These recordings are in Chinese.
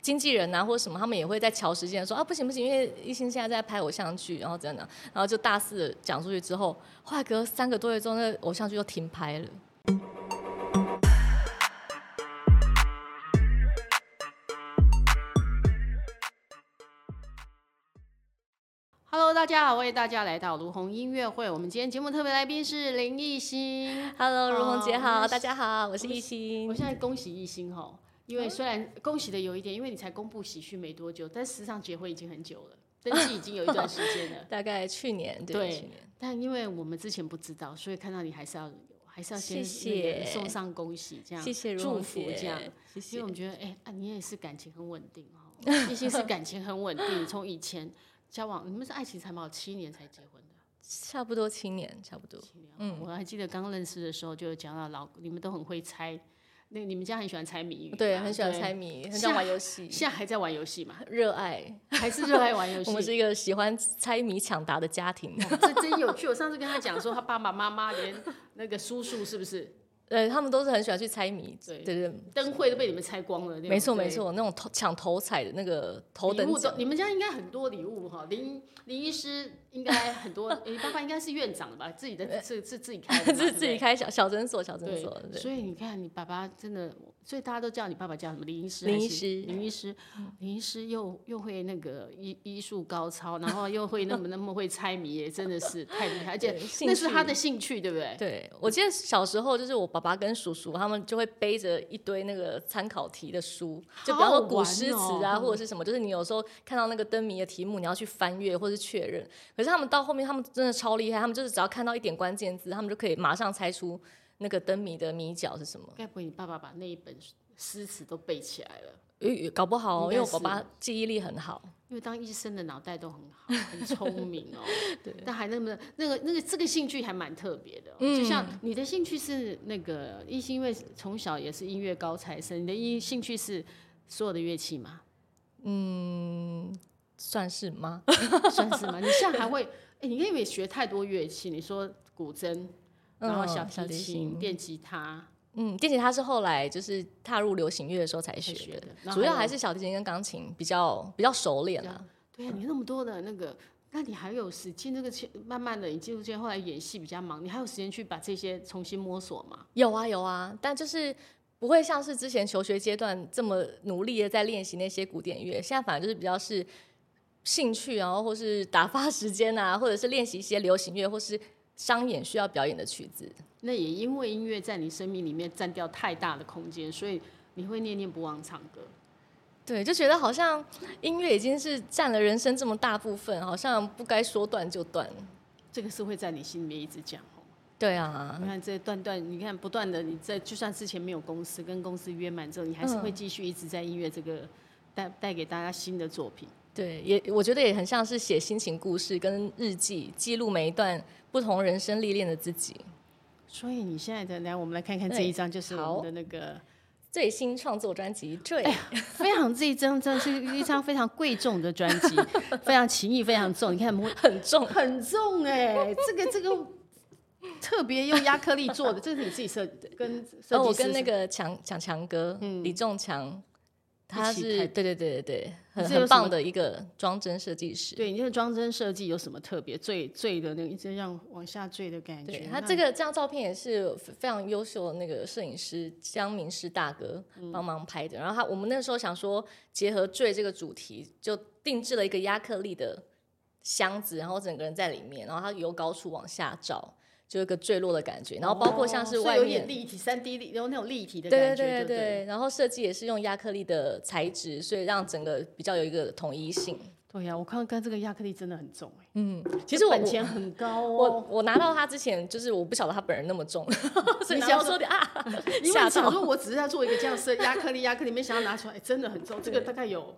经纪人啊或者什么，他们也会在瞧时间说啊不行不行，因为艺兴现在在拍偶像剧，然后怎样怎样，然后就大肆讲出去之后，后来隔了三个多月之后，那个偶像剧就停拍了。 Hello，大家好，欢迎大家来到卢红音乐会。我们今天节目特别来宾是林艺兴。 Hello，如虹姐我好，们大家好，我是我们艺兴。我。现在恭喜艺兴哈，因为虽然恭喜的有一点，因为你才公布喜讯没多久，但事实上结婚已经很久了，登记已经有一段时间了 大概去年对，对去年但因为我们之前不知道，所以看到你还是要还是要先谢那谢个送上恭喜这样，谢谢如祝虹福姐这样。谢因为谢我。们觉得，哎、啊，你也是感情很稳定 哦，艺兴是感情很稳定，从以前交往，你们是爱情长跑七年才结婚的。差不多七年，差不多。嗯，我还记得刚认识的时候就有讲到老，你们都很会猜，那你们家很喜欢猜谜语嘛，对，很喜欢猜谜，很喜欢玩游对。戏，现在还在玩游戏嘛？热爱。还是热爱玩游我们戏？是一个喜欢猜谜抢答的家庭。哦这真有趣！我上次跟他讲说，他爸爸妈妈连那个叔叔是不是对他们都是很喜欢去猜谜，对对对，灯会都被你们猜光了？那种没错对没错，那种头抢头彩的那个头礼等物都奖，你们家应该很多礼物哈。林林医师应该很多，你爸爸应该是院长的吧？自己的是是自己 开是的嘛，对不呃自己对开小小诊所小诊对，所，对，所以你看，你爸爸真的，所以大家都叫你爸爸叫什么林医师还是？林医师嗯林医师，林医师又又会那个医医术高超，然后又会那 么那么会猜谜，也真的是太厉害，而且对兴那是他趣嗯的兴趣，对不对？对，我记得小时候就是我爸爸跟叔叔他们就会背着一堆那个参考题的书，就比方说古诗词好好玩啊，哦或者是什么，就是你有时候看到那个灯谜的题目，你要去翻阅或是确认。可是他们到后面，他们真的超厉害，他们就是只要看到一点关键字，他们就可以马上猜出那个灯谜的谜角是什么。该不会你爸爸把那一本诗词都背起来了？诶搞不好哦、应该因为我爸是爸记忆力很好，因为当医生的脑袋都很好，很聪明哦。 对，但还那么那个那个这个兴趣还蛮特别的哦、就像你的兴趣是那个一心，因为从小也是音乐高材生，你的音兴趣是所有的乐器 嘛，算是吗？算是吗？你现在还会？哎、你可以没学太多乐器，你说古筝， 然后嗯小小提提琴、琴电吉他，嗯，电吉他是后来就是踏入流行乐的时候才学学的然的，后主要还有还是小提琴跟钢琴比较比较熟练比较啊。对啊，你那么多的那个。那你还有时间？这个去慢慢的，你进入这后来演戏比较忙，你还有时间去把这些重新摸索吗？有啊有啊，但就是不会像是之前求学阶段这么努力的在练习那些古典乐，现在反而就是比较是兴趣，然后或是打发时间啊，或者是练习一些流行乐或是商演需要表演的曲子。那也因为音乐在你生命里面占掉太大的空间，所以你会念念不忘唱歌。对，就觉得好像音乐已经是占了人生这么大部分，好像不该说断就断。这个是会在你心里面一直讲哦。对啊你，看这段段，你看不断的，你在就算之前没有公司跟公司约满之后，你还是会继续一直在音乐这个带带给大家新的作品。对，也我觉得也很像是写心情故事跟日记，记录每一段不同人生历练的自己。所以你现在的来，我们来看看这对一张，就是好我们的那个，最新创作专辑《坠》，哎非常这一张真的是一张非常贵重的专辑，非常情意非常重。你看，摸 很重，很重哎、这个这个特别用亚克力做的，这是你自己设跟设然后哦我计师跟那设个强强强哥、李仲强，他一起是开对对对对对，很这很有什么棒的一个装帧设计师。对你这个装帧设计有什么特别坠坠的那个一直让往下坠的感对觉？他那哦这个这张照片也是非常优秀的那个摄影师江明师大哥嗯帮忙拍的。然后他我们那时候想说，结合坠这个主题，就定制了一个亚克力的箱子，然后整个人在里面，然后它由高处往下照，就有一个坠落的感觉。然后包括像是哦外所以有点面。立体三 D 立，然后那种立体的对感觉，对对对对对，然后设计也是用亚克力的材质，所以让整个比较有一个统一性。对呀、我看跟这个亚克力真的很重哎、嗯，其实我本钱很高我哦。我我拿到它之前，就是我不晓得它本人那么重， 所以你拿想到说说的啊，因为吓你想到说，我只是要做一个这样设亚克力，亚克力没想到拿出来，哎真的很重。这个大概有，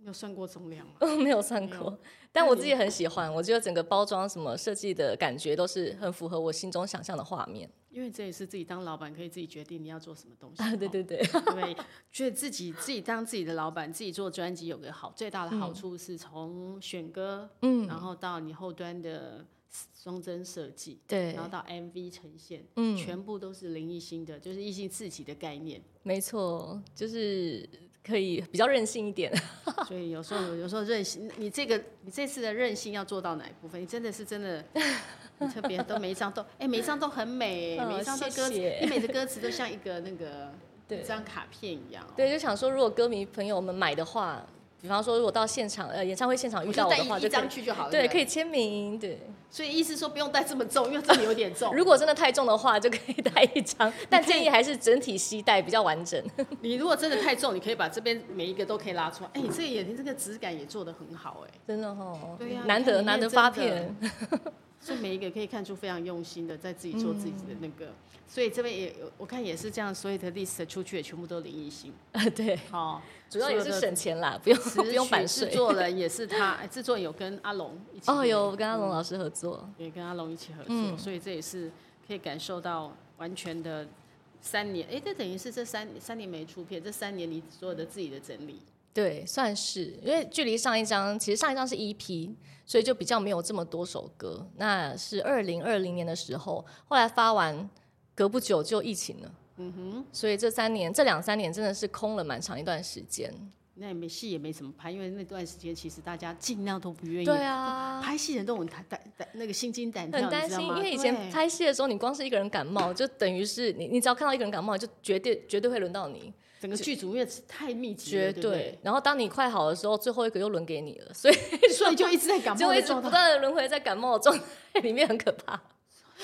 你有算过重量吗？ 没有算过，但我自己很喜欢，我觉得整个包装什么设计的感觉都是很符合我心中想象的画面。因为这也是自己当老板可以自己决定你要做什么东西。啊， 对哦对对， 对，觉得自己自己当自己的老板，自己做专辑有个好最大的嗯好处是从选歌，嗯，然后到你后端的装帧设计，对然后到 MV 呈现，嗯，全部都是林艺兴的，就是艺兴自己的概念。没错，就是可以比较任性一点。 所以有时候有时候任性，你这个你这次的任性要做到哪一部分？你真的是 真的，你特别都每一张都哎、每一张都很美、哦每一张都歌词，谢谢你每的歌词都像一个那个 对一张卡片一样、哦。对，就想说，如果歌迷朋友们买的话，比方说如果到现场呃演唱会现场遇我到就我带的话，一就可张以去就好了。对不可以签名。对，所以意思说不用带这么重，因为这里有点重。如果真的太重的话，就可以带一 张，但可以建议还是整体携带比较完整。 你如果真的太重，你可以把这边每一个都可以拉出来。哎、你这个眼睛这个质感也做得很好哎、真的哦，对呀难你看得里面难得真发的片，所以每一个可以看出非常用心的在自己做自己的那个。所以这边也有我看也是这样，所有的 list 出去也全部都林异性。 对，好，主要也是所有的省钱啦，不用词不用曲版制税。作人也是他，哎制作人有跟阿龙一起哦，有跟阿龙嗯老师合作，也跟阿龙一起合作，嗯所以这也是可以感受到完全的三年，哎、这等于是这三三年没出片，这三年你所有的自己的整理，对，算是，因为距离上一张，其实上一张是 EP，所以就比较没有这么多首歌。那是二零二零年的时候，后来发完，隔不久就疫情了。嗯哼，所以这三年，这两三年真的是空了蛮长一段时间。那也没戏也没怎么拍，因为那段时间其实大家尽量都不愿意。对啊，拍戏人都很胆胆胆那个心惊胆跳，很担你知道心，吗因为以前对拍戏的时候，你光是一个人感冒，就等于是你，你只要看到一个人感冒，就绝对绝对会轮到你，整个剧组因为太密集绝了，对不对，然后当你快好的时候，最后一个又轮给 你了，所以所以就一直在感就冒会一的直状不态。断的轮回在感冒的状态里面，很可怕。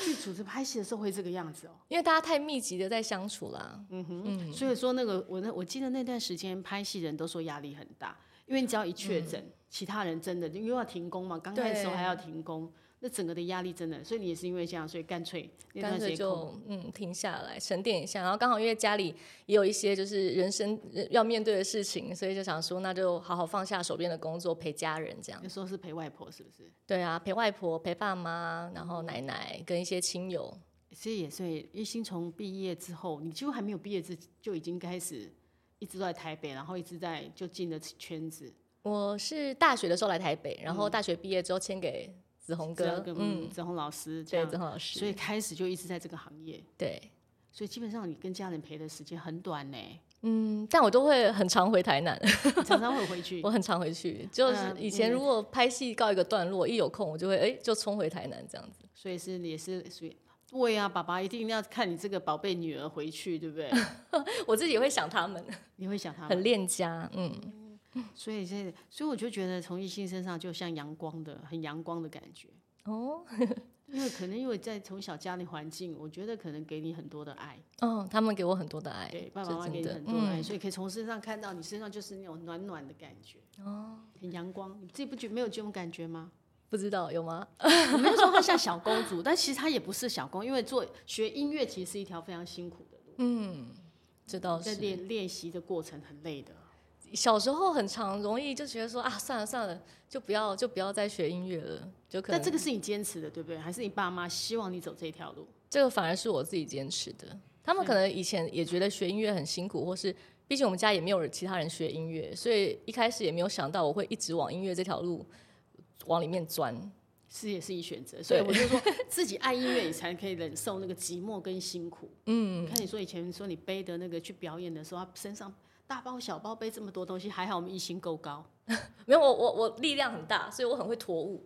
剧组在拍戏的时候会这个样子哦。因为大家太密集的在相处啦，嗯所以说那个我那我记得那段时间拍戏人都说压力很大，因为你只要一确诊，其他人真的因为要停工嘛，刚开始的时候嗯对还要停工，那整个的压力真的，所以你也是因为这样，所以干脆那干段时脆间空。就嗯停下来沉淀一下，然后刚好因为家里也有一些就是人生人要面对的事情，所以就想说那就好好放下手边的工作陪家人这样那。时候是陪外婆是不是？对啊，陪外婆、陪爸妈，然后奶奶跟一些亲友。所以也所以一心从毕业之后，你几乎还没有毕业之就已经开始一直都在台北，然后一直在就进了圈子。我是大学的时候来台北，然后大学毕业之后签给嗯子宏这哥样，跟嗯，子红老师这对，样子，宏老所师，以开始就一直在这个行业，对，所以基本上你跟家人陪的时间很短呢，嗯，但我都会很常回台南，你常常会回去。 我很常回去，就是嗯以前如果拍戏告一个段落，一有空我就会哎就冲回台南这样子。所以是也是属于对啊，爸爸一定要看你这个宝贝女儿回去，对 不对？嗯我自己会想他们，你会想他很们，恋家，嗯，所以现在，所以我就觉得从艺兴身上就像阳光的，很阳光的感觉。哦，因为可能因为在从小家庭环境，我觉得可能给你很多的爱，哦，他们给我很多的爱，对，爸爸妈妈是给真的你很多的爱，嗯所以可以从身上看到你身上就是那种暖暖的感觉，哦，很阳光。你自己不觉没有这种感觉吗？不知道有吗？我没有说她像小公主，但其实她也不是小公，因为做学音乐其实是一条非常辛苦的路，嗯，这倒在是。练练习的过程很累的。小时候很常容易就觉得说啊，算了算了，就不要就不要再学音乐了，就可能但这个是你坚持的，对不对？还是你爸妈希望你走这条路？这个反而是我自己坚持的。他们可能以前也觉得学音乐很辛苦，或是毕竟我们家也没有其他人学音乐，所以一开始也没有想到我会一直往音乐这条路往里面钻。是也是你选择，所以我就说自己爱音乐，你才可以忍受那个寂寞跟辛苦。嗯，看你说以前说你背的那个去表演的时候，他身上大包小包背这么多东西，还好我们一心够高，没有，我我我力量很大，所以我很会驮物，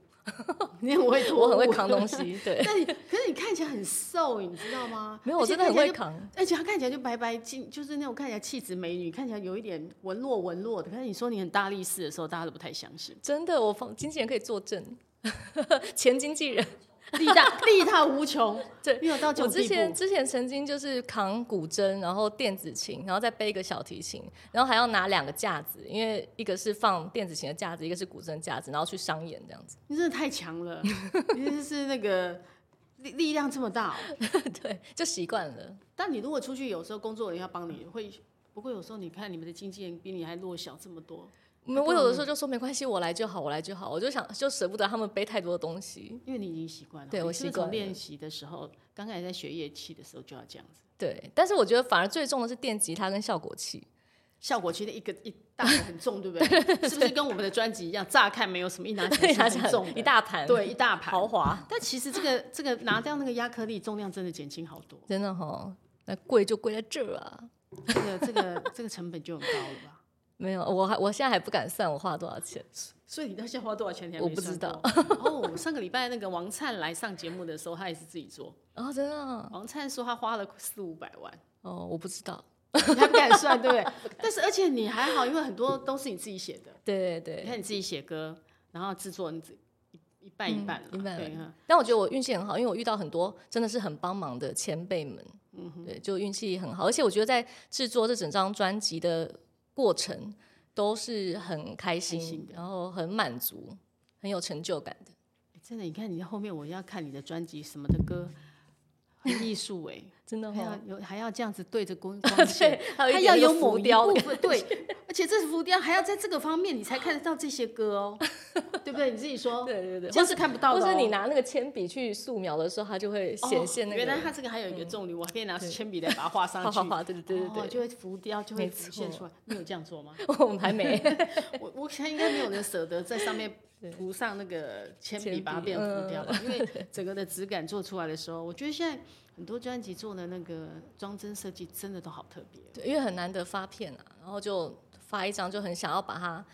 你很会拖，我很会扛东。西。对， 但你可是你看起来很瘦，你知道吗？没有，我而且真的很看起会来就。扛。而且她看起来就白白净，就是那种看起来气质美女，看起来有一点文弱文弱的。可是你说你很大力士的时候，大家都不太相信。真的，我房经纪人可以作证， 前经纪人。力大力大无穷， 对，没有到这我种之地前步。之前曾经就是扛古筝，然后电子琴，然后再背一个小提琴，然后还要拿两个架子，因为一个是放电子琴的架子，一个是古筝架子，然后去商演这样子。 你真的太强了，你真的是那个力力量这么大哦、对，就习惯了。但你如果出去，有时候工作人要帮你，会不过有时候你看你们的经纪人比你还弱小这么多，没，我有的时候就说没关系，我来就好，我来就好。我就想，就舍不得他们背太多的东西。因为你已经习惯了。对我你是不是习惯从了练习的时候，刚开始在学乐器的时候就要这样子，对，但是我觉得反而最重的是电吉他跟效果器。效果其实一个一大个很重，对 不对？是不是跟我们的专辑一样？乍看没有什么，一拿起来对，是拿很重的一大盘，对，一大盘豪华，但其实这个这个拿掉那个亚克力重量真的减轻好多，真的哈、那贵就贵在这儿啊。这个这个这个成本就很高了吧？没有，我还我现在还不敢算我花多少钱。所以你到现在花多少钱？你还我没不知算道过。哦，上个礼拜那个王灿来上节目的时候，他也是自己 做。哦，真的哦，王灿说他花了四五百万，哦我不知道。你还不敢算，对不对？ 但是而且你还好，因为很多都是你自己写的。对对你对，看你自己写歌，然后制作你自一一半一半了、嗯一半对啊了哈但我觉得我运气很好，因为我遇到很多真的是很帮忙的前辈们，嗯对，就运气很好。而且我觉得在制作这整张专辑的过程都是很开心，开心的然后很满足，很有成就感的。哎真的，你看你后面我要看你的专辑什么的歌，很艺术哎，真的还要哦，有还要这样子对 着光光线，还它一要点那有个浮某一雕部的分对， 而且这是浮雕还要在这个方面你才看得到这些歌哦，对不对？你自己说， 对对对这样是看不到或的、者哦。你拿那个铅笔去素描的时候，它就会显现那哦、原来个它这个还有一个重力，我可以拿铅笔来把它画上 画去，画画，对对对哦对就会浮雕就会没浮现错出来。你有这样做 吗？对，我们还没我我想应该没有人舍得在上面 涂上那个铅笔铅把它笔嗯变浮雕吧，因为 整个的质感做出来的时候，我觉得现在很多专辑做的那个装帧设计真的都好特别。对，因为很难得发片啊，然后就发一张，就很想要把它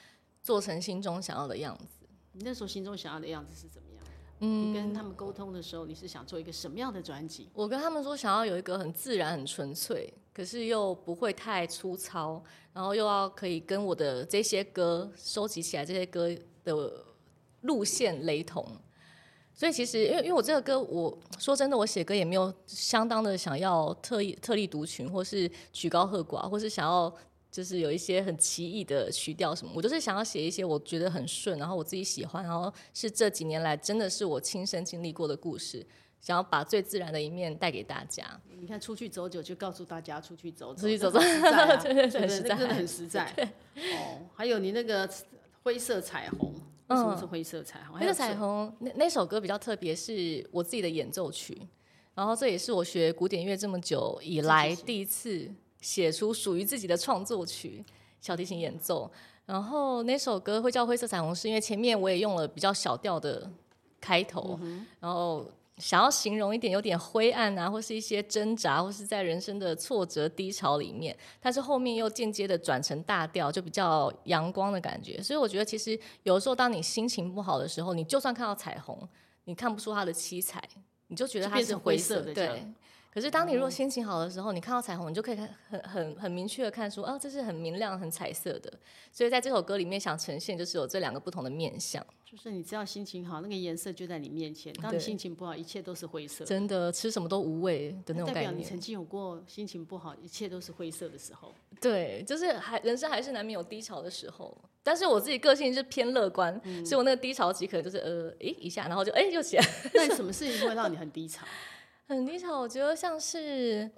做成心中想要的样子。你那时候心中想要的样子是怎么样？嗯，你跟他们沟通的时候，你是想做一个什么样的专辑？我跟他们说想要有一个很自然、很纯粹，可是又不会太粗糙，然后又要可以跟我的这些歌收集起来这些歌的路线雷同。所以其实，因为因为我这个歌，我说真的，我写歌也没有相当的想要特意特立独群，或是举高和寡，或是想要就是有一些很奇异的曲调什么。我就是想要写一些我觉得很顺，然后我自己喜欢，然后是这几年来真的是我亲身经历过的故事。想要把最自然的一面带给大家。你看出去走走就告诉大家出去走走，出去走那走 很实在对啊对对很实不在那真的很实在。哦，还有你那个灰色彩虹，嗯为什么是灰色彩虹？那哦还有个彩虹那那首歌比较特别，是我自己的演奏曲，然后这也是我学古典乐这么久以来自己写第一次写出属于自己的创作曲，小提琴演奏。然后那首歌会叫《灰色彩虹》，是因为前面我也用了比较小调的开头，然后想要形容一点有点灰暗啊，或是一些挣扎，或是在人生的挫折低潮里面，但是后面又间接的转成大调，就比较阳光的感觉。所以我觉得，其实有的时候当你心情不好的时候，你就算看到彩虹，你看不出它的七彩，你就觉得它就变是成灰灰色的这样对。可是当你如果心情好的时候，你看到彩虹，你就可以看很很很明确的看出，啊，这是很明亮、很彩色的。所以在这首歌里面想呈现，就是有这两个不同的面相。就是你只要心情好，那个颜色就在你面前；当你对心情不好，一切都是灰色。真的吃什么都无味的那种代概表你念。曾经有过心情不好，一切都是灰色的时候。对，就是还人生还是难免有低潮的时候，但是我自己个性是偏乐观，所以我那个低潮期可能就是呃，诶一下，然后就诶又起来。那什么事情会让你很低潮？很低潮，我觉得像是，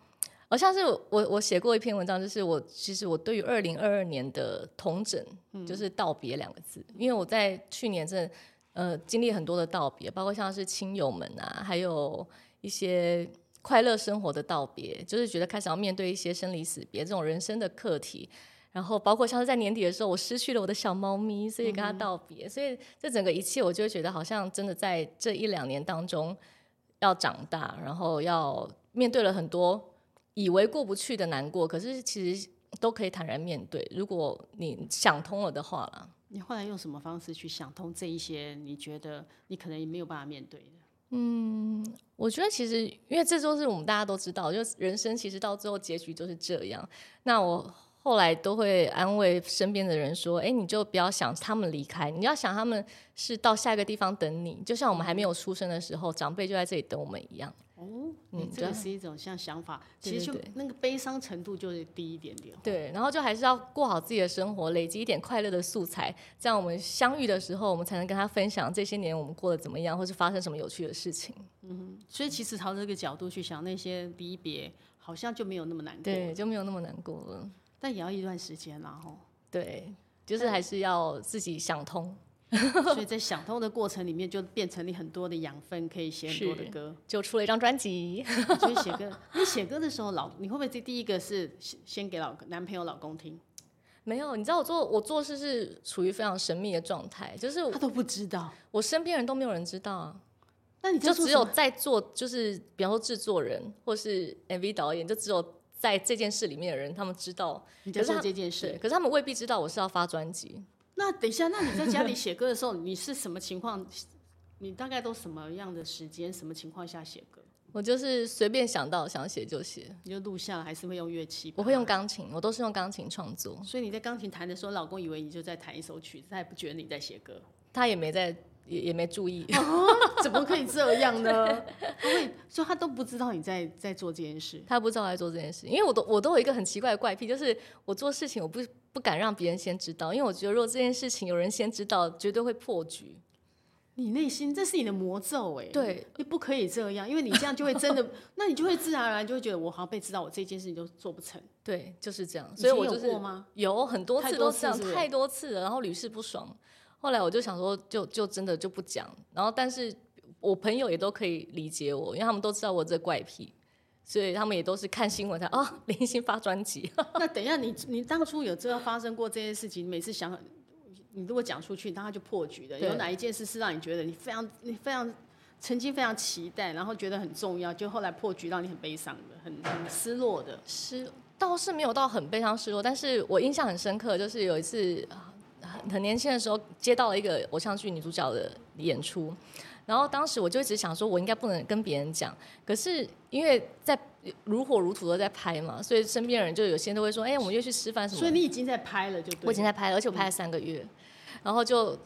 我像是我我写过一篇文章，就是我其实我对于二零二二年的同整，就是道别两个字，因为我在去年真的呃经历很多的道别，包括像是亲友们啊，还有一些。快乐生活的道别，就是觉得开始要面对一些生离死别这种人生的课题，然后包括像是在年底的时候，我失去了我的小猫咪，所以跟它道别，所以这整个一切，我就会觉得好像真的在这一两年当中，要长大，然后要面对了很多以为过不去的难过，可是其实都可以坦然面对。如果你想通了的话啦，你后来用什么方式去想通这一些？你觉得你可能也没有办法面对的。我觉得其实因为这就是我们大家都知道，就是人生其实到最后结局就是这样。那我后来都会安慰身边的人说：“哎，你就不要想他们离开，你要想他们是到下一个地方等你，就像我们还没有出生的时候，长辈就在这里等我们一样。”哦，嗯你对这个啊是一种像想法，对其实对就对那个悲伤程度就是低一点点。对，然后就还是要过好自己的生活，累积一点快乐的素材，这样我们相遇的时候，我们才能跟他分享这些年我们过得怎么样，或是发生什么有趣的事情。嗯所以其实朝这个角度去想，那些离别好像就没有那么难过，对，就没有那么难过了。但也要一段时间啦吼。 对，就是还是要自己想通，所以在想通的过程里面，就变成你很多的养分，可以写很多的是歌。就出了一张专辑。所以写歌，你写歌的时候，老你会不会第第一个是先先给老男朋友、老公听，没有，你知道我做我做事是处于非常神秘的状态，就是他都不知道。我身边人都没有人知道啊。那你在就做只什有么在做，就是比方说制作人或是 MV 导演，就只有在这件事里面的人，他们知道，你在可是做他这件对，事。可是他们未必知道我是要发专辑。那等一下，那你在家里写歌的时候， 你是什么情况？你大概都什么样的时间、什么情况下写歌？我就是随便想到想写就写，你就录下，还是会用乐器？我会用。钢琴，我都是用钢琴创作。所以你在钢琴弹的时候，老公以为你就在弹一首曲子，他也不觉得你在写歌。 他也没在，也也没注意。 怎么可以这样呢？ 他会，所以他都不知道你在在做这件事。他不知道我在做这件事，因为我都我都有一个很奇怪的怪癖，就是我做事情我不不敢让别人先知道，因为我觉得如果这件事情有人先知道，绝对会破局。你内心这是你的魔咒哎、对，你不可以这样，因为你这样就会真的， 那你就会自然而然就会觉得我好像被知道，我这件事情就做不成。对，就是这样。以所以前我有就是过吗有很多太次多都次这样，是不是太多次了，然后屡试不爽。后来我就想说就，就真的就不讲。然后，但是我朋友也都可以理解我，因为他们都知道我这怪癖，所以他们也都是看新闻才 啊，林心发专辑。 那等一下，你你当初有这样发生过这件事情，你每次想，你如果讲出去，那他就破局的。对有哪一件事是让你觉得你非常你非常曾经非常期待，然后觉得很重要，就后来破局让你很悲伤的，很很失落的？失倒是没有到很悲伤失落，但是我印象很深刻，就是有一次啊很很年轻的时候接到了一个偶像剧女主角的演出，然后当时我就一直想说，我应该不能跟别人讲，可是因为在如火如荼的在拍嘛，所以身边的人就有些都会说，哎、我们约去吃饭什么的。所以你已经在拍了，就对了。嗯我已经在拍了，而且我拍了三个月，然后就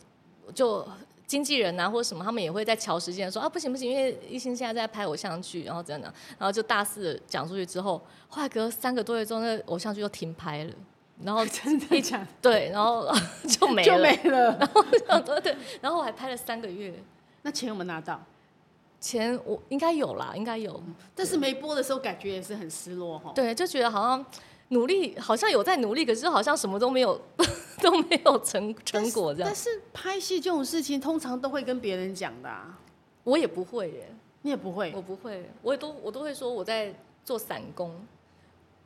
就经纪人啊或者什么，他们也会在瞧时间说啊不行不行，因为一心现在在拍偶像剧，然后怎样怎样，然后就大肆地讲出去之后，后来隔了三个多月之后，那偶像剧就停拍了，然 后 真的讲对，然 后就没就了，没了。对对，然后我还拍了三个月，那钱有没有拿到？钱我应该有啦，应该有，但是没播的时候，感觉也是很失落哈。对，就觉得好像努力好像有在努力，可是好像什么都没有 都没有成但成是果这样但，是拍戏这种事情，通常都会跟别人讲的、啊，我也不会耶。你也不会。我不会，我也都我都会说我在做散工，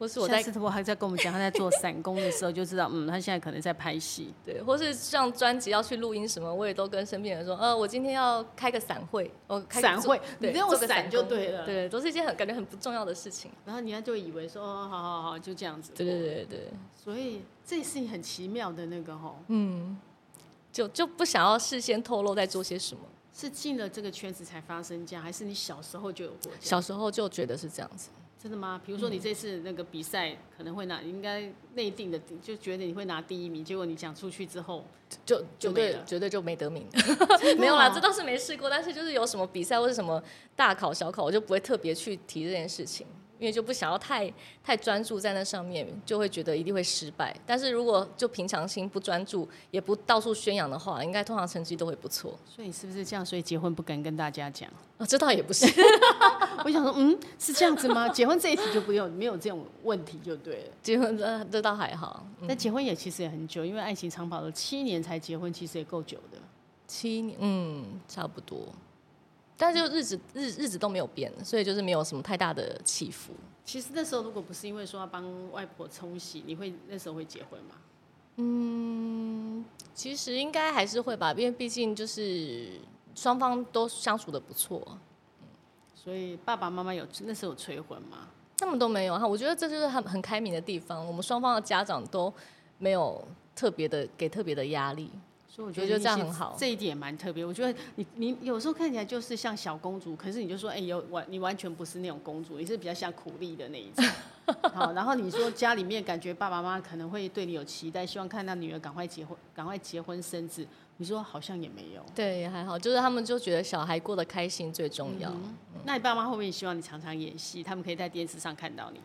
或是我在下次我还在跟我们讲，他在做散工的时候就知道，嗯，他现在可能在拍戏。对，或是像专辑要去录音什么，我也都跟身边人说，呃，我今天要开个散会，我开个散做会对，你用做个散工就对了对，都是一件很感觉很不重要的事情。然后人家就以为说，哦，好好好，就这样子。对对对对，所以这是你很奇妙的那个吼，嗯，就就不想要事先透露在做些什么。是进了这个圈子才发生这样，还是你小时候就有过这样？小时候就觉得是这样子，真的吗？比如说你这次那个比赛可能会拿，应该内定的就觉得你会拿第一名，结果你讲出去之后，就就绝没对了绝对就没得名，真的 没有啦，哦这倒是没试过。但是就是有什么比赛或者什么大考小考，我就不会特别去提这件事情，因为就不想要太太专注在那上面，就会觉得一定会失败。但是如果就平常心不专注，也不到处宣扬的话，应该通常成绩都会不错。所以是不是这样？所以结婚不敢跟大家讲。哦，这倒也不是，我想说，嗯，是这样子吗？结婚这 一题就不用，没有这种问题就对了。结婚这这倒还好，嗯那结婚也其实也很久，因为爱情长跑了七年才结婚，其实也够久的。七年，嗯，差不多。但是就日子日日子都没有变，所以就是没有什么太大的起伏。其实那时候如果不是因为说要帮外婆冲洗，你会那时候会结婚吗？其实应该还是会吧，因为毕竟就是双方都相处的不错，所以爸爸妈妈有那时候有催婚吗？他们都没有哈。啊我觉得这就是很很开明的地方，我们双方的家长都没有特别的给特别的压力，所以我我觉得你这样是很好这一点也蛮特别。我觉得你你有时候看起来就是像小公主，可是你就说，哎、有完你完全不是那种公主，你是比较像苦力的那一 种。好，然后你说家里面感觉爸爸妈妈可能会对你有期待，希望看到女儿赶快结婚，赶快结婚生子。你说好像也没有。对，也还好，就是他们就觉得小孩过得开心最重嗯要。那你爸妈会不会也希望你常常演戏？他们可以在电视上看到你。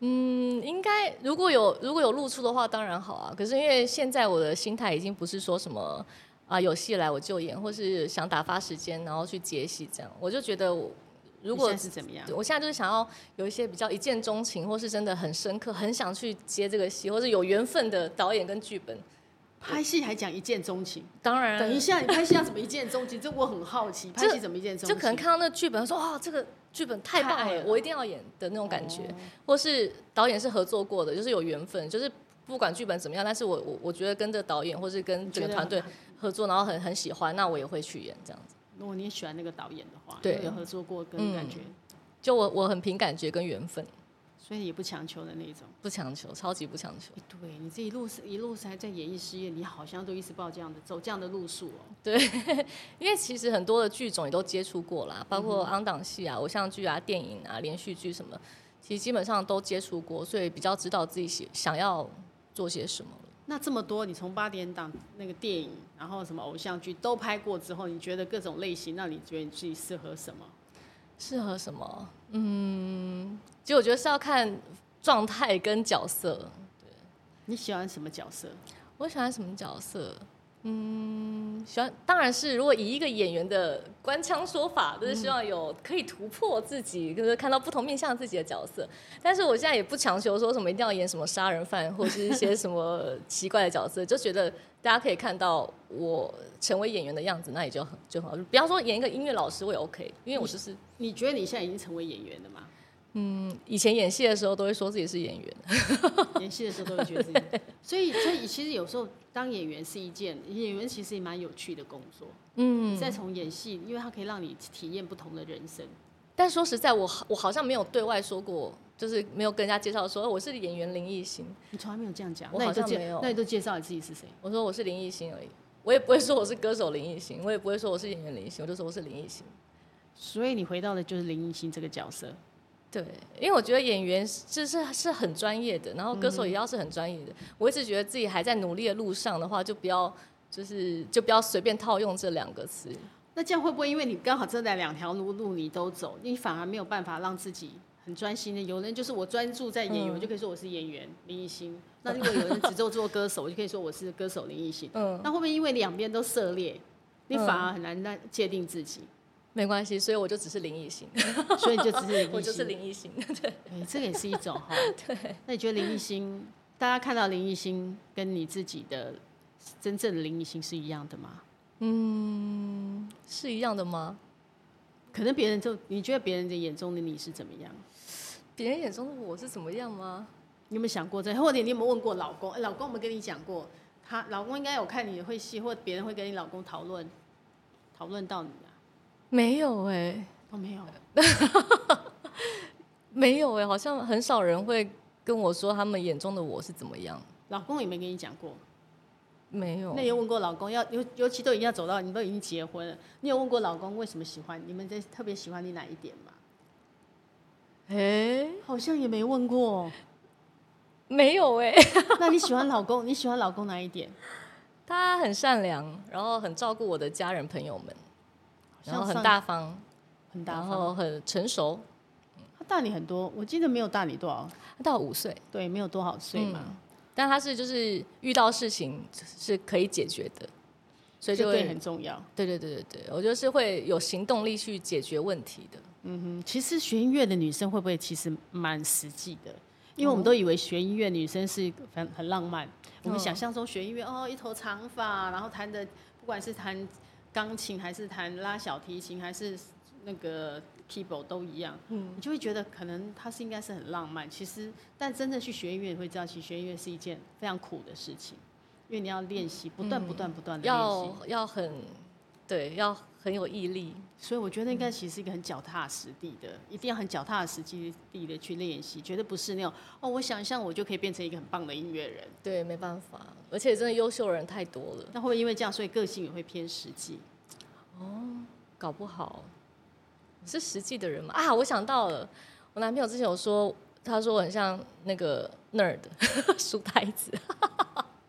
嗯，应该如果有如果有露出的话，当然好啊。可是因为现在我的心态已经不是说什么啊有戏来我就演，或是想打发时间然后去接戏这样，我就觉得我如果你现在是怎么样对？我现在就是想要有一些比较一见钟情，或是真的很深刻，很想去接这个戏，或是有缘分的导演跟剧本。拍戏还讲一见钟情？当然，等一下，你拍戏要怎么一见钟情？这我很好奇，拍戏怎么一见钟就情？可能看到那个剧本，说哇，这个剧本太太棒爱了了，我一定要演的那种感觉哦，或是导演是合作过的，就是有缘分，就是不管剧本怎么样，但是我我我觉得跟这导演或是跟整个团队合作，然后很很喜欢，那我也会去演这样子。如果你喜欢那个导演的话，对嗯因为有合作过，跟感觉，就我我很凭感觉跟缘分，所以也不强求的那种。不强求，超级不强求。诶哎对你这一路是一路是还在演艺事业，你好像都一直抱这样的走这样的路数哦。对，因为其实很多的剧种也都接触过啦，包嗯括昂档戏啊、偶像剧啊、电影啊、连续剧什么，其实基本上都接触过，所以比较知道自己喜想要做些什么了。那这么多，你从八点档那个电影，然后什么偶像剧都拍过之后，你觉得各种类型，那你觉得你自己适合什么？适合什么？嗯，其实我觉得是要看状态跟角色。你喜欢什么角色？我喜欢什么角色？嗯，喜欢当然是如果以一个演员的官腔说法，就是希望有可以突破自己，就是看到不同面向自己的角色。但是我现在也不强求说什么一定要演什么杀人犯或是一些什么奇怪的角色， 就觉得大家可以看到我成为演员的样子，那也就很就很好。不要说演一个音乐老师我也 OK，因为我就是你觉得你现在已经成为演员了吗？嗯，以前演戏的时候都会说自己是演员，演戏的时候都会觉得自己，所以所以其实有时候当演员是一件演员其实也蛮有趣的工作。嗯你再从演戏，因为它可以让你体验不同的人生。但说实在，我好我好像没有对外说过，就是没有跟人家介绍说哦我是演员林奕欣，你从来没有这样讲，我那你好就像没介有那你就介绍你自己是谁？我说我是林奕欣而已，我也不会说我是歌手林奕欣，我也不会说我是演员林奕欣，我就说我是林奕欣。所以你回到的就是林奕欣这个角色。对，因为我觉得演员是这是是很专业的，然后歌手也要是很专业的。我一直觉得自己还在努力的路上的话，就不要就是就不要随便套用这两个词。那这样会不会因为你刚好正在两条路路你都走，你反而没有办法让自己很专心的？有人就是我专注在演嗯员，我就可以说我是演员林奕欣。那如果有人只做做歌手，我就可以说我是歌手林奕欣。嗯，那会不会因为两边都涉猎，你反而很难让界定自己？没关系，所以我就只是林奕欣，所以你就只是 林我奕就是欣。林奕欣。哎、这个也是一 种哈。对。那你觉得林奕欣，大家看到林奕欣跟你自己的真正的林奕欣是一样的吗？是一样的吗？可能别人就你觉得别人的眼中的你是怎么样？别人眼中的我是怎么样吗？你有没有想过这？或者你有没有问过老公？哎老公，我们跟你讲过，他老公应该有看你会戏，或者别人会跟你老公讨论，讨论到你啊？没有哎、都没有。没有哎、好像很少人会跟我说他们眼中的我是怎么样。老公也没跟你讲过，没有那，你有问过老公要尤尤其都已经要走到你都已经结婚了，你有问过老公为什么喜欢你们在特别喜欢你哪一点吗？哎、好像也没问过。没有哎、 那你喜欢老公？你喜欢老公哪一点？ 他很善良，然后很照顾我的家人朋友们，像然后很上大方，很大然方。后很成熟，他大你很多，我记得没有大你多少，他到五岁，对，没有多少岁嘛。嗯但他是就是遇到事情是可以解决的，所以就这会对很重要。对对对对对，我就是会有行动力去解决问题的。嗯，其实学音乐的女生会不会其实蛮实际的？因为我们都以为学音乐女生是很很浪漫，我们想象中学音乐哦，一头长发，然后弹的不管是弹钢琴还是弹拉小提琴还是那个 keyboard 都一样，嗯，你就会觉得可能她是应该是很浪漫。其实，但真的去学音乐，你会知道，其实学音乐是一件非常苦的事情，因为你要练习，不断不断不断的练习。要要很对，要很有毅力。所以我觉得那应嗯该其实是一个很脚踏实地的，一定要很脚踏实地地的去练习，绝对不是那种哦，我想象我就可以变成一个很棒的音乐人。对，没办法，而且真的优秀的人太多了，那会不会因为这样，所以个性也会偏实际？搞不好是实际的人嘛？啊，我想到了，我男朋友之前有说，他说我很像那个 nerd 书呆子，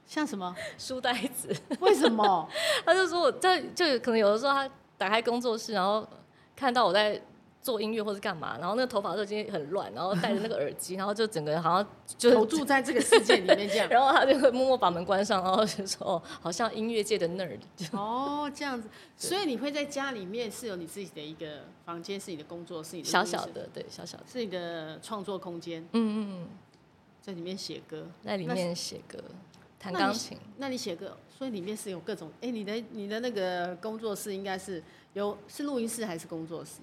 像什么？书呆子，为什么？他就说我在就可能有的时候他打开工作室，然后看到我在。做音乐或是干嘛，然后那个头发都已经很乱，然后戴着那个耳机，然后就整个人好像 就 投注在这个世界里面这样？然后他就会默默把门关上，然后就说：“哦，好像音乐界的 nerd。哦，这样子。所以你会在家里面是有你自己的一个房间，是你的工作，是你”的小录音室小，的，对，小小的，是你的创作空间，嗯嗯嗯，在里面写歌。在里面写歌、弹钢琴，那你写歌，所以里面是有各种，哎、你的你的那个工作室应该是有是录音室还是工作室？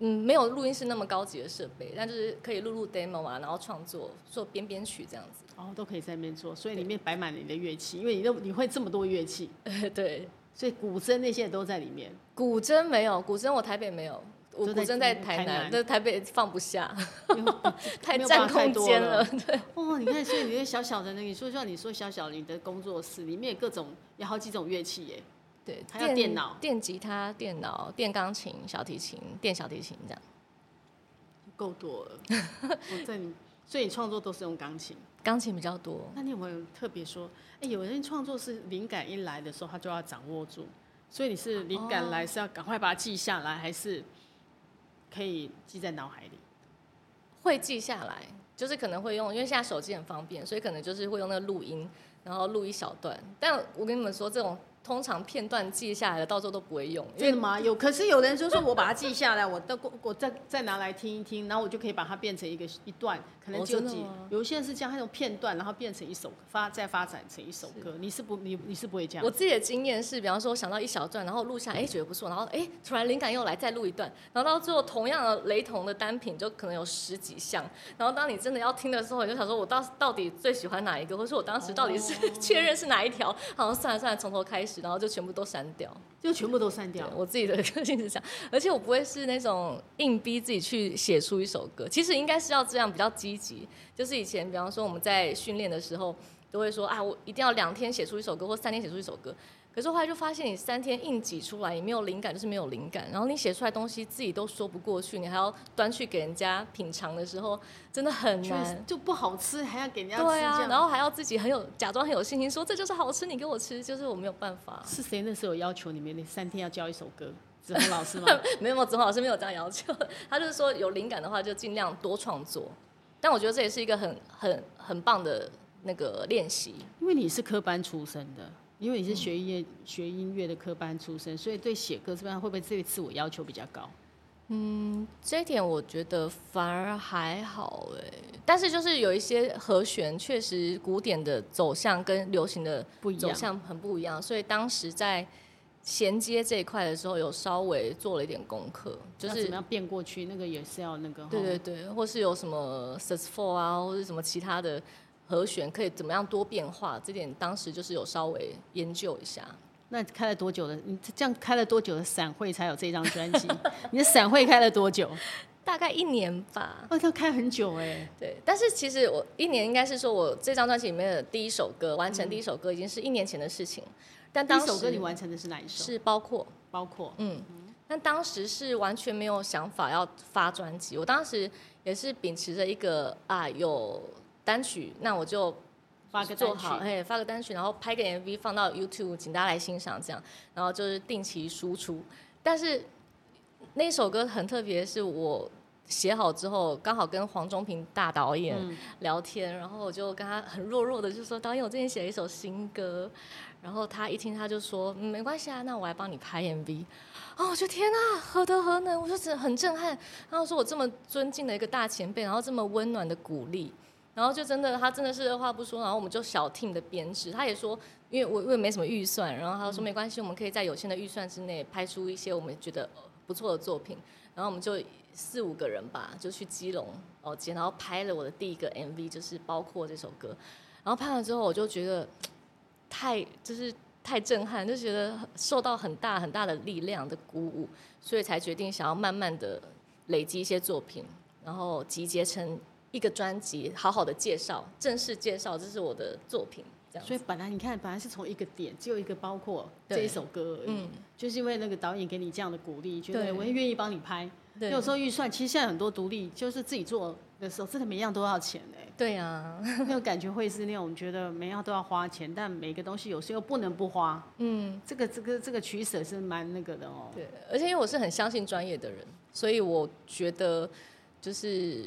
嗯，没有录音室那么高级的设备，但就是可以录录 demo 啊，然后创作做编编曲这样子。哦，都可以在那边做，所以里面摆满了你的乐器，因为你都你会这么多乐器， 对，所以古筝那些也都在里面。古筝没有，古筝我台北没有，我都古在筝在台台南南，但台北放不下，因为 太没有占办法太空多间了对， 哦，你看，所以你那小小的那个，你说像你说小小的你的工作室里面有各种有好几种乐器耶， 对，还有电脑电吉他、电脑、电钢琴、小提琴、电小提琴这样。够多 了。我在你，所以你创作都是用钢琴。钢琴比较多，那你有没有特别说，哎、有人创作是灵感一来的时候，他就要掌握住，所以你哦是灵感来是要赶快把它记下来，还是可以记在脑海里？会记下来，就是可能会用，因为现在手机很方便，所以可能就是会用那个录音，然后录一小段。但我跟你们说，这种通常片段记下来的，到时候都不会用，因真为的吗？有，可是有人就说我把它记下来，我到我再再拿来听一听，然后我就可以把它变成一个一段，可能哦只有真的几吗，有些人是这样，他用片段，然后变成一首发再发展成一首歌。你是不你你是不会这样我，自己的经验是，比方说我想到一小段，然后录下，哎，觉得不错，然后哎，突然灵感又来，再录一段，然后到最后同样的雷同的单品就可能有十几项，然后当你真的要听的时候，你就想说我到到底最喜欢哪一个，或者说我当时到底是、哦 确认是哪一条，好像算了算了，从头开始，然后就全部都删掉。就全部都删对掉。我自己的 个性是这样，而且我不会是那种硬逼自己去写出一首歌，其实应该是要这样比较积极。就是以前，比方说我们在训练的时候，都会说啊，我一定要两天写出一首歌，或三天写出一首歌。可是后来就发现，你三天硬挤出来，你没有灵感就是没有灵感，然后你写出来东西自己都说不过去，你还要端去给人家品尝的时候，真的很确实难。就不好吃，还要给人家吃这对啊，样。然后还要自己很有假装很有信心，说这就是好吃，你给我吃，就是我没有办法。是谁那时候有要求你们那三天要教一首歌？子红 老师吗？没有，子红老师没有这样要求， 他就是说有灵感的话就尽量多创作。但我觉得这也是一个很很很棒的那个练习。因为你是科班出身的，因为你是学嗯音乐、学音乐的科班出身，所以对写歌这边会不会对自我要求比较高？这一点我觉得反而还好哎、但是就是有一些和弦确实古典的走向跟流行的不一样走向很不一样，所以当时在衔接这一块的时候有稍微做了一点功课，就要是怎么样变过去？那个也是要那个。对吼对对，或是有什么 s a s f o r 啊，或是什么其他的和弦，可以怎么样多变化？这点当时就是有稍微研究一下。那开了多久的？你这样开了多久的散会才有这张专辑？ 你的散会开了多久？大概一年吧，哦，要开很久哎、对。但是其实我一年应该是说我这张专辑里面的第一首歌，完成第一首歌已经是一年前的事情。但嗯第当一时首歌你完成的是哪一首？是包括包括嗯，但当时是完全没有想法要发专辑，我当时也是秉持着一个啊有单曲，那我就发个做单曲好，哎，发个单曲，然后拍个 MV 放到 YouTube，请大家来欣赏，这样，然后就是定期输出。但是那首歌很特别，是我写好之后，刚好跟黄忠平大导演嗯聊天，然后我就跟他很弱弱的就说：“导演，我最近写了一首新歌。”然后他一听，他就说、嗯没关系啊，那我来帮你拍 MV。”哦，我就天啊，何德何能？我就真的很震撼。然后说我这么尊敬的一个大前辈，然后这么温暖的鼓励，然后就真的他真的是二话不说，然后我们就小 team 的编制，他也说，因为我我也没什么预算，然后他说没关系，我们可以在有限的预算之内拍出一些我们觉得呃不错的作品，然后我们就四五个人吧，就去基隆哦街，然后拍了我的第一个 MV，就是包括这首歌，然后拍完之后我就觉得太就是太震撼，就觉得受到很大很大的力量的鼓舞，所以才决定想要慢慢的累积一些作品，然后集结成一个专辑，好好的介绍，正式介绍这是我的作品，这样所子。以本来你看，本来是从一个点，只有一个包括对这一首歌而已，嗯就是因为那个导演给你这样的鼓励，觉对得我也愿意帮你拍。对有时候预算，其实现在很多独立就是自己做的时候，真的每样都要钱 哎、对啊，那种感觉会是那种觉得每样都要花钱，但每个东西有时候不能不花。嗯，这个这个这个取舍是蛮那个的哦。对，而且因为我是很相信专业的人，所以我觉得就是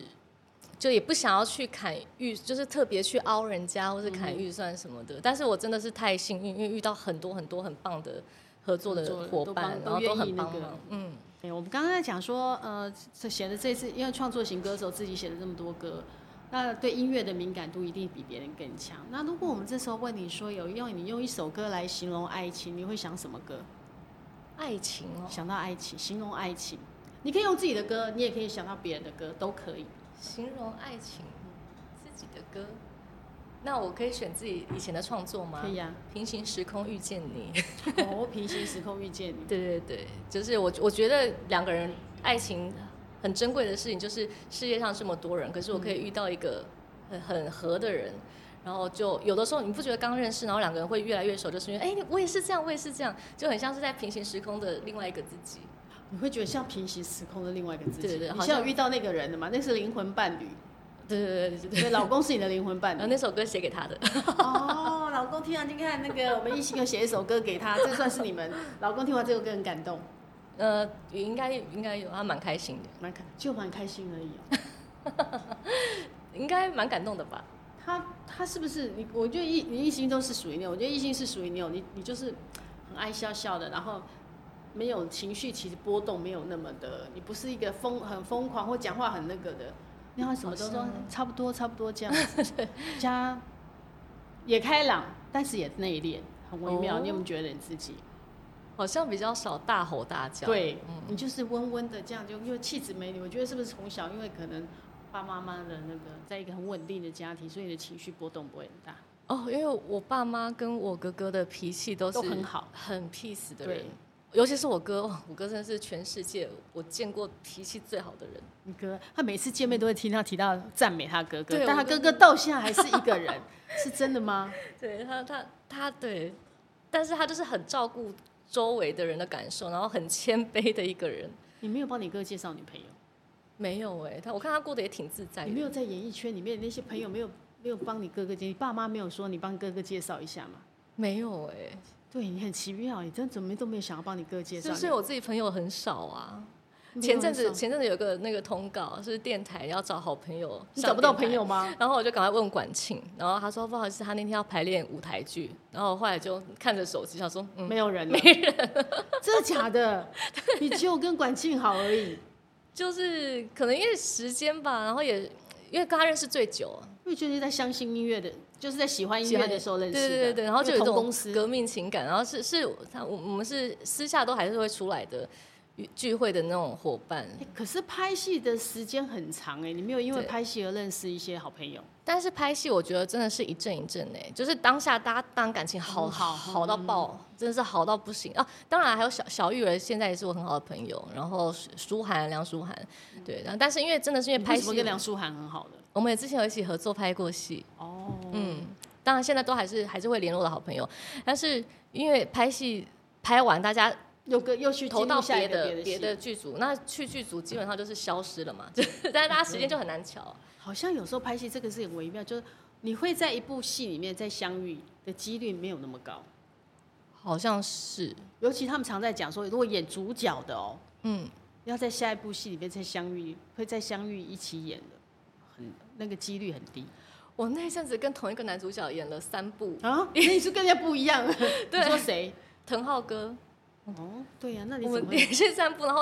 就也不想要去砍预，就是特别去凹人家或是嗯砍预算什么的。但是我真的是太幸运，因为遇到很多很多很棒的合作合作的人伙都伴，帮然后都都愿很意那帮个忙。嗯，哎对，我们刚刚在讲说，呃，这写的这次因为创作型歌手自己写了这么多歌，那对音乐的敏感度一定比别人更强。那如果我们这时候问你说，有用你用一首歌来形容爱情，你会想什么歌？爱情哦，想到爱情，形容爱情，你可以用自己的歌，你也可以想到别人的歌，都可以。形容爱情，自己的歌。那我可以选自己以前的创作吗？可 以啊。平行时空遇见你。哦，平行时空遇见你。对对对，就是我我觉得两个人爱情很珍贵的事情，就是世界上这么多人，可是我可以遇到一个很很合的人。然后就有的时候你不觉得刚认识，然后两个人会越来越熟，就是因为哎，你我也是这样，我也是这样，就很像是在平行时空的另外一个自己。你会觉得像平行时空的另外一个自己。对对你好现在像有遇到那个人了嘛？那是灵魂伴侣，对对对对对。对，老公是你的灵魂伴 然后侣。那首歌写给他的，哦，老公听完就看那个，我们一心有写一首歌给他，这算是你们。老公听完这首歌很感动，呃，也应该应该有，他蛮开心的，蛮感就蛮开心而已、哦。应该蛮感动的吧？他他是不是你？我觉得一你一心都是属于那种，我觉得一心是属于那种，你你就是很爱笑笑的，然后没有情绪，其实波动没有那么的，你不是一个疯很疯狂或讲话很那个的，你好像什么都好说像差不多差不多这样子，加也开朗，但是也内敛，很微妙。哦你有没有觉得你自己？好像比较少大吼大叫。对，嗯你就是温温的这样，就因为气质美女，我觉得是不是从小因为可能爸妈妈的那个，在一个很稳定的家庭，所以你的情绪波动不会很大，哦，因为我爸妈跟我哥哥的脾气都是都很好。很 peace 的人对，尤其是我哥，哇我哥真的是全世界我见过脾气最好的 人。你哥，他每次见面都会听到提到赞美他哥哥对，但他我哥哥哥到现在还是一个人， 是真的吗？对他，他他对，但是他就是很照顾周围的人的感受，然后很谦卑的一个人。你没有帮你哥介绍女朋友，没有哎、他我看他过得也挺自在你的。没有在演艺圈里面那些朋友没有没有帮你哥哥介，你爸妈没有说你帮哥哥介绍一下吗？没有哎、对你很奇妙，你真的怎么都没有想要帮你哥介绍，就是我自己朋友很少啊。你前阵没子有介绍前阵子有个那个通告，是电台要找好朋友，你找不到上电朋台友吗？然后我就赶快问管庆，然后他说不好意思，他那天要排练舞台剧，然后我后来就看着手机，想说嗯，没有人，没人，真的假的？ 你只有跟管庆好而已，就是可能因为时间吧，然后也因为跟他认识最久，因为就是在相信音乐的，就是在喜欢音乐的时候认识的，对对对对，然后就有一因为同种公司革命情感，然后是是他我我们是私下都还是会出来的聚会的那种伙伴，欸可是拍戏的时间很长哎、你没有因为对拍戏而认识一些好朋友，但是拍戏我觉得真的是一阵一阵哎、就是当下大家当然感情好嗯好好到爆，真的是好到不行啊！当然还有小小玉儿，现在也是我很好的朋友，然后舒舒涵梁舒涵，对，然后但是因为真的是因为你拍为什戏么，跟梁舒涵很好的？我们也之前有一起合作拍过戏，哦，嗯，当然现在都还是还是会联络的好朋友，但是因为拍戏拍完大家又跟又去投进入到下别一个的别的别戏的剧组，那去剧组基本上就是消失了嘛， 就是但是大家时间就很难瞧。好像有时候拍戏这个是很微妙，就是你会在一部戏里面再相遇的几率没有那么高，好像是，尤其他们常在讲说，如果演主角的哦、嗯，要在下一部戏里面再相遇，会再相遇一起演的，很那个几率很低我那阵子跟同一个男主角演了三部，啊， 那你是跟人家不一样， 对你说谁？滕浩哥，哦，对呀、那你我怎们么会？连续三部，然后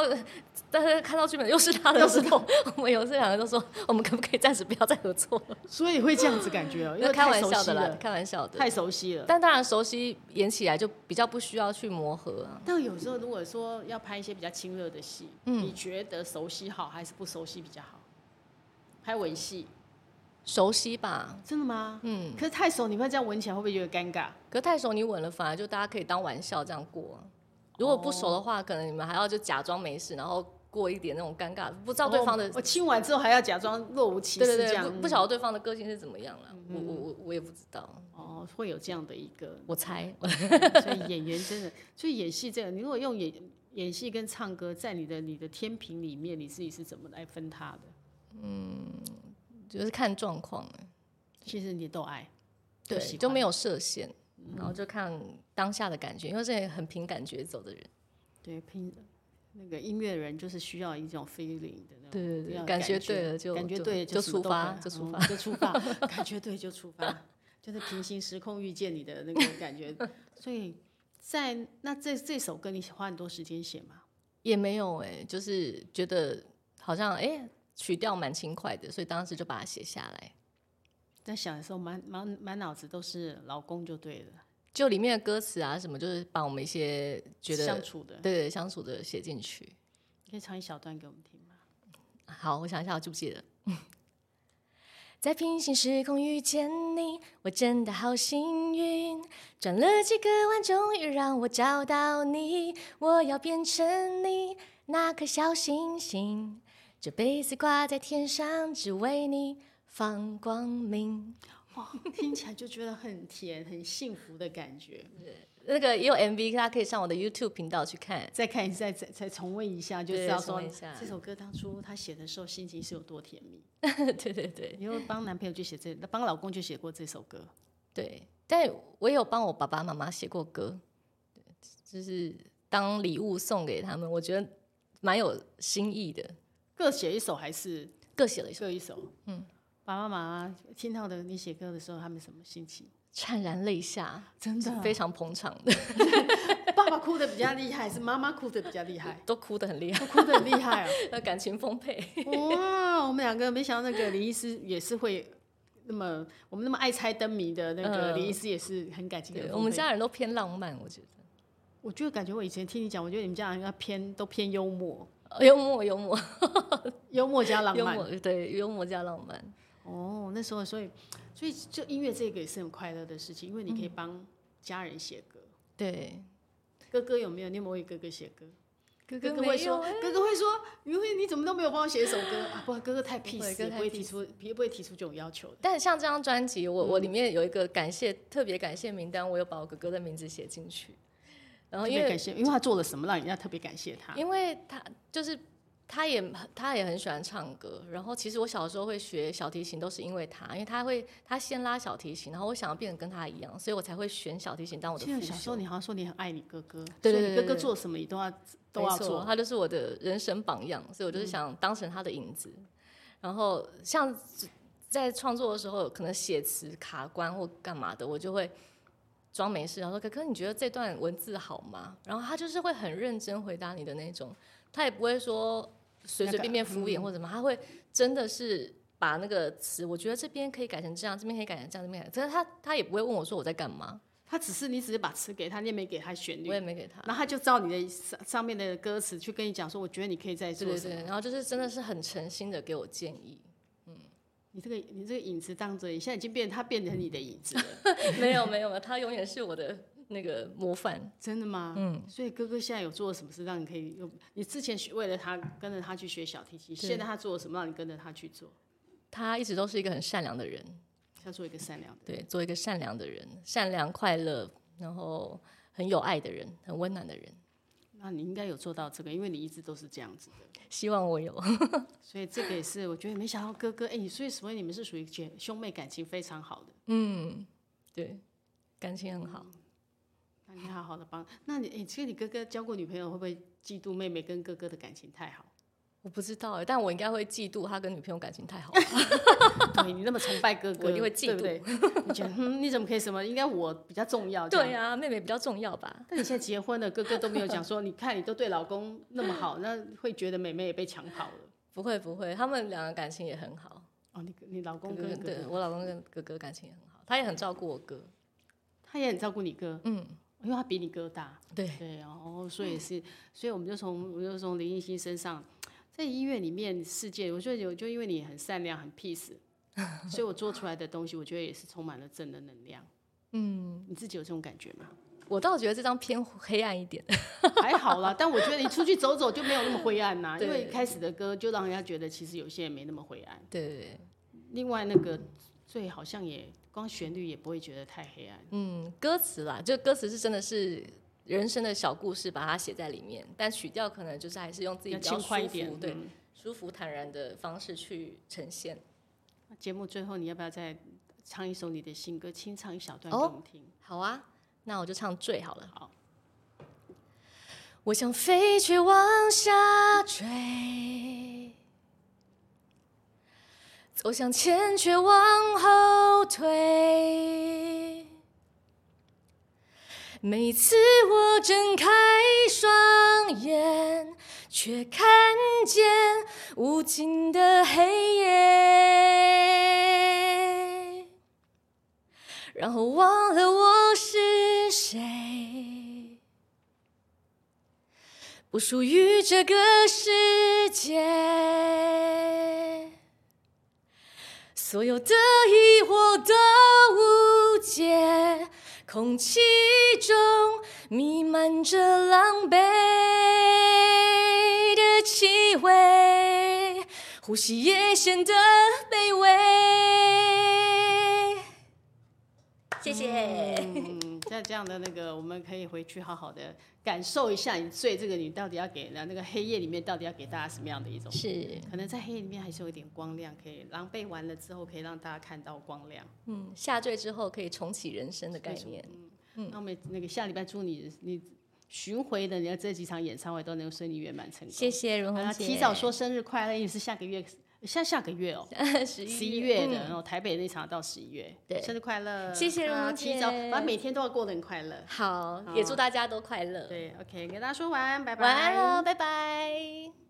但是看到剧本又是他的时候， 我们有这两个都说，我们可不可以暂时不要再合作了？所以会这样子感觉哦、 因为开太玩熟笑悉的啦了，，开玩笑的。太熟悉了。但当然，熟悉演起来就比较不需要去磨合啊。但有时候如果说要拍一些比较亲热的戏，嗯你觉得熟悉好还是不熟悉比较好？拍吻戏熟悉吧，真的吗？嗯，可是太熟，你会这样闻起来会不会觉得尴尬？可太熟你吻了，反而就大家可以当玩笑这样过啊。如果不熟的话，可能你们还要就假装没事，然后过一点那种尴尬，不知道对方的哦我亲完之后还要假装若无其对事对这对，样，不不晓得对方的个性是怎么样了。我嗯我我我也不知道，哦，会有这样的一个 我猜。所以演员真的，所以演戏这个，你如果用演演戏跟唱歌，在你的你的天平里面，你自己是怎么来分它的？就是看状况欸，其实你都爱，对喜，欢嗯就没有设限，然后就看当下的感觉，因为这很凭感觉走的人，对拼那个音乐人就是需要一种 feeling 的那种，对对对要有感觉觉对了就感觉就对了就什么出都发可以就出嗯就出发， 感觉对就出发，就是平行时空遇见你的那个感觉， 所以。在那这这首歌你花很多时间写吗？也没有哎、就是觉得好像哎、曲调蛮轻快的，所以当时就把它写下来。在想的时候满满满脑子都是老公就对了，就里面的歌词啊什么，就是把我们一些觉得相处的，对对相处的写进去。可以唱一小段给我们听吗？好，我想一下，我记不记得？ 在平行时空遇见你，我真的好幸运。转了几个弯，终于让我找到你。我要变成你那颗小星星，这辈子挂在天上，只为你放光明。哇，听起来就觉得很甜，很幸福的感觉。那个也有 MV，大家可以上我的 YouTube 频道去看。 再看一下，再再重温一下，就对知道重说温一下这首歌当初他写的时候心情是有多甜蜜。对对对你又帮男朋友就写这，帮老公就写过这首歌。对，但我也有帮我爸爸妈妈写过歌，对就是当礼物送给他们，我觉得蛮有新意的。各写一首还是各写了一首，各一首？嗯，爸爸妈妈听到的你写歌的时候，他们什么心情？怅然泪下，真啊 是非常捧场的， 爸爸哭的比较厉害，还是妈妈哭的比较厉害？都哭得很厉害，都 哭的厉害啊！那感情丰沛。哇，我们两个没想到那个李医师也是会那么我们那么爱猜灯谜的那个嗯李医师也是很感情的对丰沛。我们家人都偏浪漫，我觉得我就感觉我以前听你讲，我觉得你们家人要偏都偏幽默，呃幽默 幽默幽默加浪幽漫。默，对幽默加浪漫。哦，那时候所以所以就音乐这个也是很快乐的事情，因为你可以帮家人写歌。对，哥哥有没有？你有没有为哥哥写歌？哥哥哥哥没会说有，啊哥哥会说，你会你怎么都没有帮我写一首歌啊？不，哥哥太不会 peace，哥也哥不太会提出，也不会提出这种要求的。但像这张专辑，我我里面有一个感谢特别感谢名单，我有把我哥哥的名字写进去。然后特因别为感谢，因为他做了什么让人家特别感谢他。因为他就是他也他也很喜欢唱歌，然后其实我小时候会学小提琴都是因为他，因为他会他先拉小提琴，然后我想要变得跟他一样，所以我才会选小提琴当我的记得副小时修。候你好像说你很爱你哥哥，对对所以对你哥对哥对做什么你都要都没要错做。嗯他就是我的人生榜样，所以我就是想当成他的影子。然后像在创作的时候，可能写词卡关或干嘛的，我就会装没事，然后说：“哥哥，你觉得这段文字好吗？”然后他就是会很认真回答你的那种，他也不会说随随便便敷嗯衍或者什么，他会真的是。把那个词，我觉得这边可以改成这样，这边可以改成这样，这边改成……但是他他也不会问我说我在干嘛，他只是你只是把词给他，你也没给他旋律我，也没给他。然后他就照你的上上面的歌词去跟你讲说，我觉得你可以再对做对什么对，然后就是真的是很诚心的给我建议，你这个你这个影子当着，你现在已经变他变成你的影 子了，没有没有没有，他永远是我的那个模范。真的吗？嗯。所以哥哥现在有做什么事让你可以用？你之前学为了他跟着他去学小提琴，对现在他做了什么让你跟着他去做？他一直都是一个很善良的人，要做一个善良的人。对，做一个善良的人，善良快乐，然后很有爱的人，很温暖的人。那你应该有做到这个，因为你一直都是这样子的。希望我有，所以这个也是，我觉得没想到哥哥，哎、所以所以你们是属于姐兄妹感情非常好的，嗯，对，感情很好。那你好好的帮。那你哎、其实你哥哥交过女朋友，会不会嫉妒妹妹跟哥哥的感 情太好？我不知道欸，但我应该会嫉妒他跟女朋友感情 太好。对你那么崇拜哥哥，我一定会嫉妒对不对？你觉得哼，你怎么可以什么？应该我比较重要。这样对啊，妹妹比较重要吧？但你现在结婚了，哥哥都没有讲说，你看你都对老公那么好，那会觉得妹妹也被抢跑了。不会不会，他们两个感情也很好。哦，你你老哥公哥跟跟哥对哥，我老公跟哥哥感情也很好，他也很照顾我哥。他也很照顾你哥，嗯，因为他比你哥大。对，对，然后所以是，所以我们就从我就从林奕希身上，在音乐里面世界，我觉得有就因为你很善良很 peace，所以我做出来的东西，我觉得也是充满了正的能 量。嗯，你自己有这种感觉吗？我倒觉得这张偏黑暗一点。还好啦，但我觉得你出去走走就没有那么灰暗呐、因为对开始的歌就让人家觉得其实有些也没那么灰暗。对对对。另外那个最好像也光旋律也不会觉得太黑暗。嗯，歌词啦，就歌词是真的是人生的小故事，把它写在里面，但曲调可能就是还是用自己要比较轻舒快一服，点，对，嗯舒服坦然的方式去呈现。那节目最后你要不要再唱一首你的新歌，清唱一小段哦给我们听？好啊，那我就唱醉好了。好，我想飞去往下坠，我想前却往后退。每次我睁开双眼，却看见无尽的黑夜，然后忘了我是谁。不属于这个世界。所有的疑惑都无解，空气中弥漫着狼狈。哒呼吸也显得卑微。谢谢。嗯，在这样的那个，我们可以回去好好的感受一下，你醉这个你到底要给人家那个黑夜里面到底要给大家什么样的一种？是，可能在黑夜里面还是有一点光亮，可以狼狈完了之后可以让大家看到光亮。嗯，下坠之后可以重启人生的概念。嗯那我们那个下礼拜祝你你巡回的你的这几场演唱会都能顺利圆满成功。谢谢荣好啦红姐，哦啊提早说生日快乐，也是下个月下下个月哦、 十十一嗯一月的，然后台北那场到十一月，对生日快乐，谢谢蓉啊蓉姐提早，反正每天都要过得很快乐。好，也祝大家都快乐。哦对，OK，跟大家说晚安，拜拜，晚安喽，拜拜。